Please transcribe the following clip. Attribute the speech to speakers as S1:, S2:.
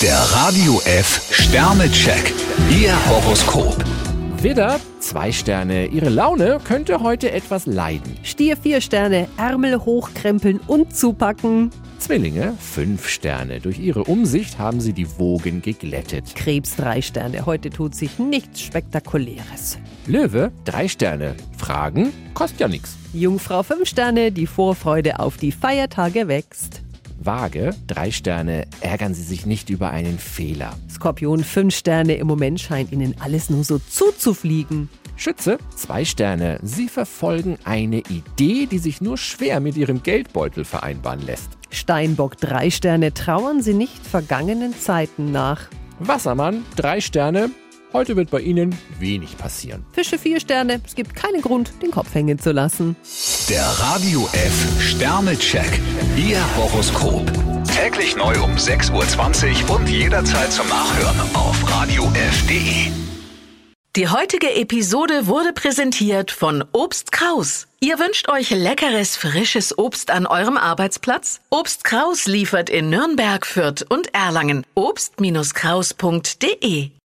S1: Der Radio F Sternecheck. Ihr Horoskop.
S2: Widder, zwei Sterne. Ihre Laune könnte heute etwas leiden.
S3: Stier vier Sterne, Ärmel hochkrempeln und zupacken.
S2: Zwillinge, fünf Sterne. Durch ihre Umsicht haben sie die Wogen geglättet.
S3: Krebs drei Sterne, heute tut sich nichts Spektakuläres.
S2: Löwe, drei Sterne. Fragen kostet ja nichts.
S3: Jungfrau fünf Sterne, die Vorfreude auf die Feiertage wächst.
S2: Waage, drei Sterne. Ärgern Sie sich nicht über einen Fehler.
S3: Skorpion fünf Sterne, im Moment scheint ihnen alles nur so zuzufliegen.
S2: Schütze, zwei Sterne. Sie verfolgen eine Idee, die sich nur schwer mit Ihrem Geldbeutel vereinbaren lässt.
S3: Steinbock drei Sterne, trauern Sie nicht vergangenen Zeiten nach.
S2: Wassermann, drei Sterne. Heute wird bei Ihnen wenig passieren.
S3: Fische vier Sterne, es gibt keinen Grund, den Kopf hängen zu lassen.
S1: Der Radio F Sternecheck. Ihr Horoskop. Täglich neu um 6.20 Uhr und jederzeit zum Nachhören auf Radio radiof.de.
S4: Die heutige Episode wurde präsentiert von Obst Kraus. Ihr wünscht euch leckeres, frisches Obst an eurem Arbeitsplatz? Obst Kraus liefert in Nürnberg, Fürth und Erlangen. Obst-Kraus.de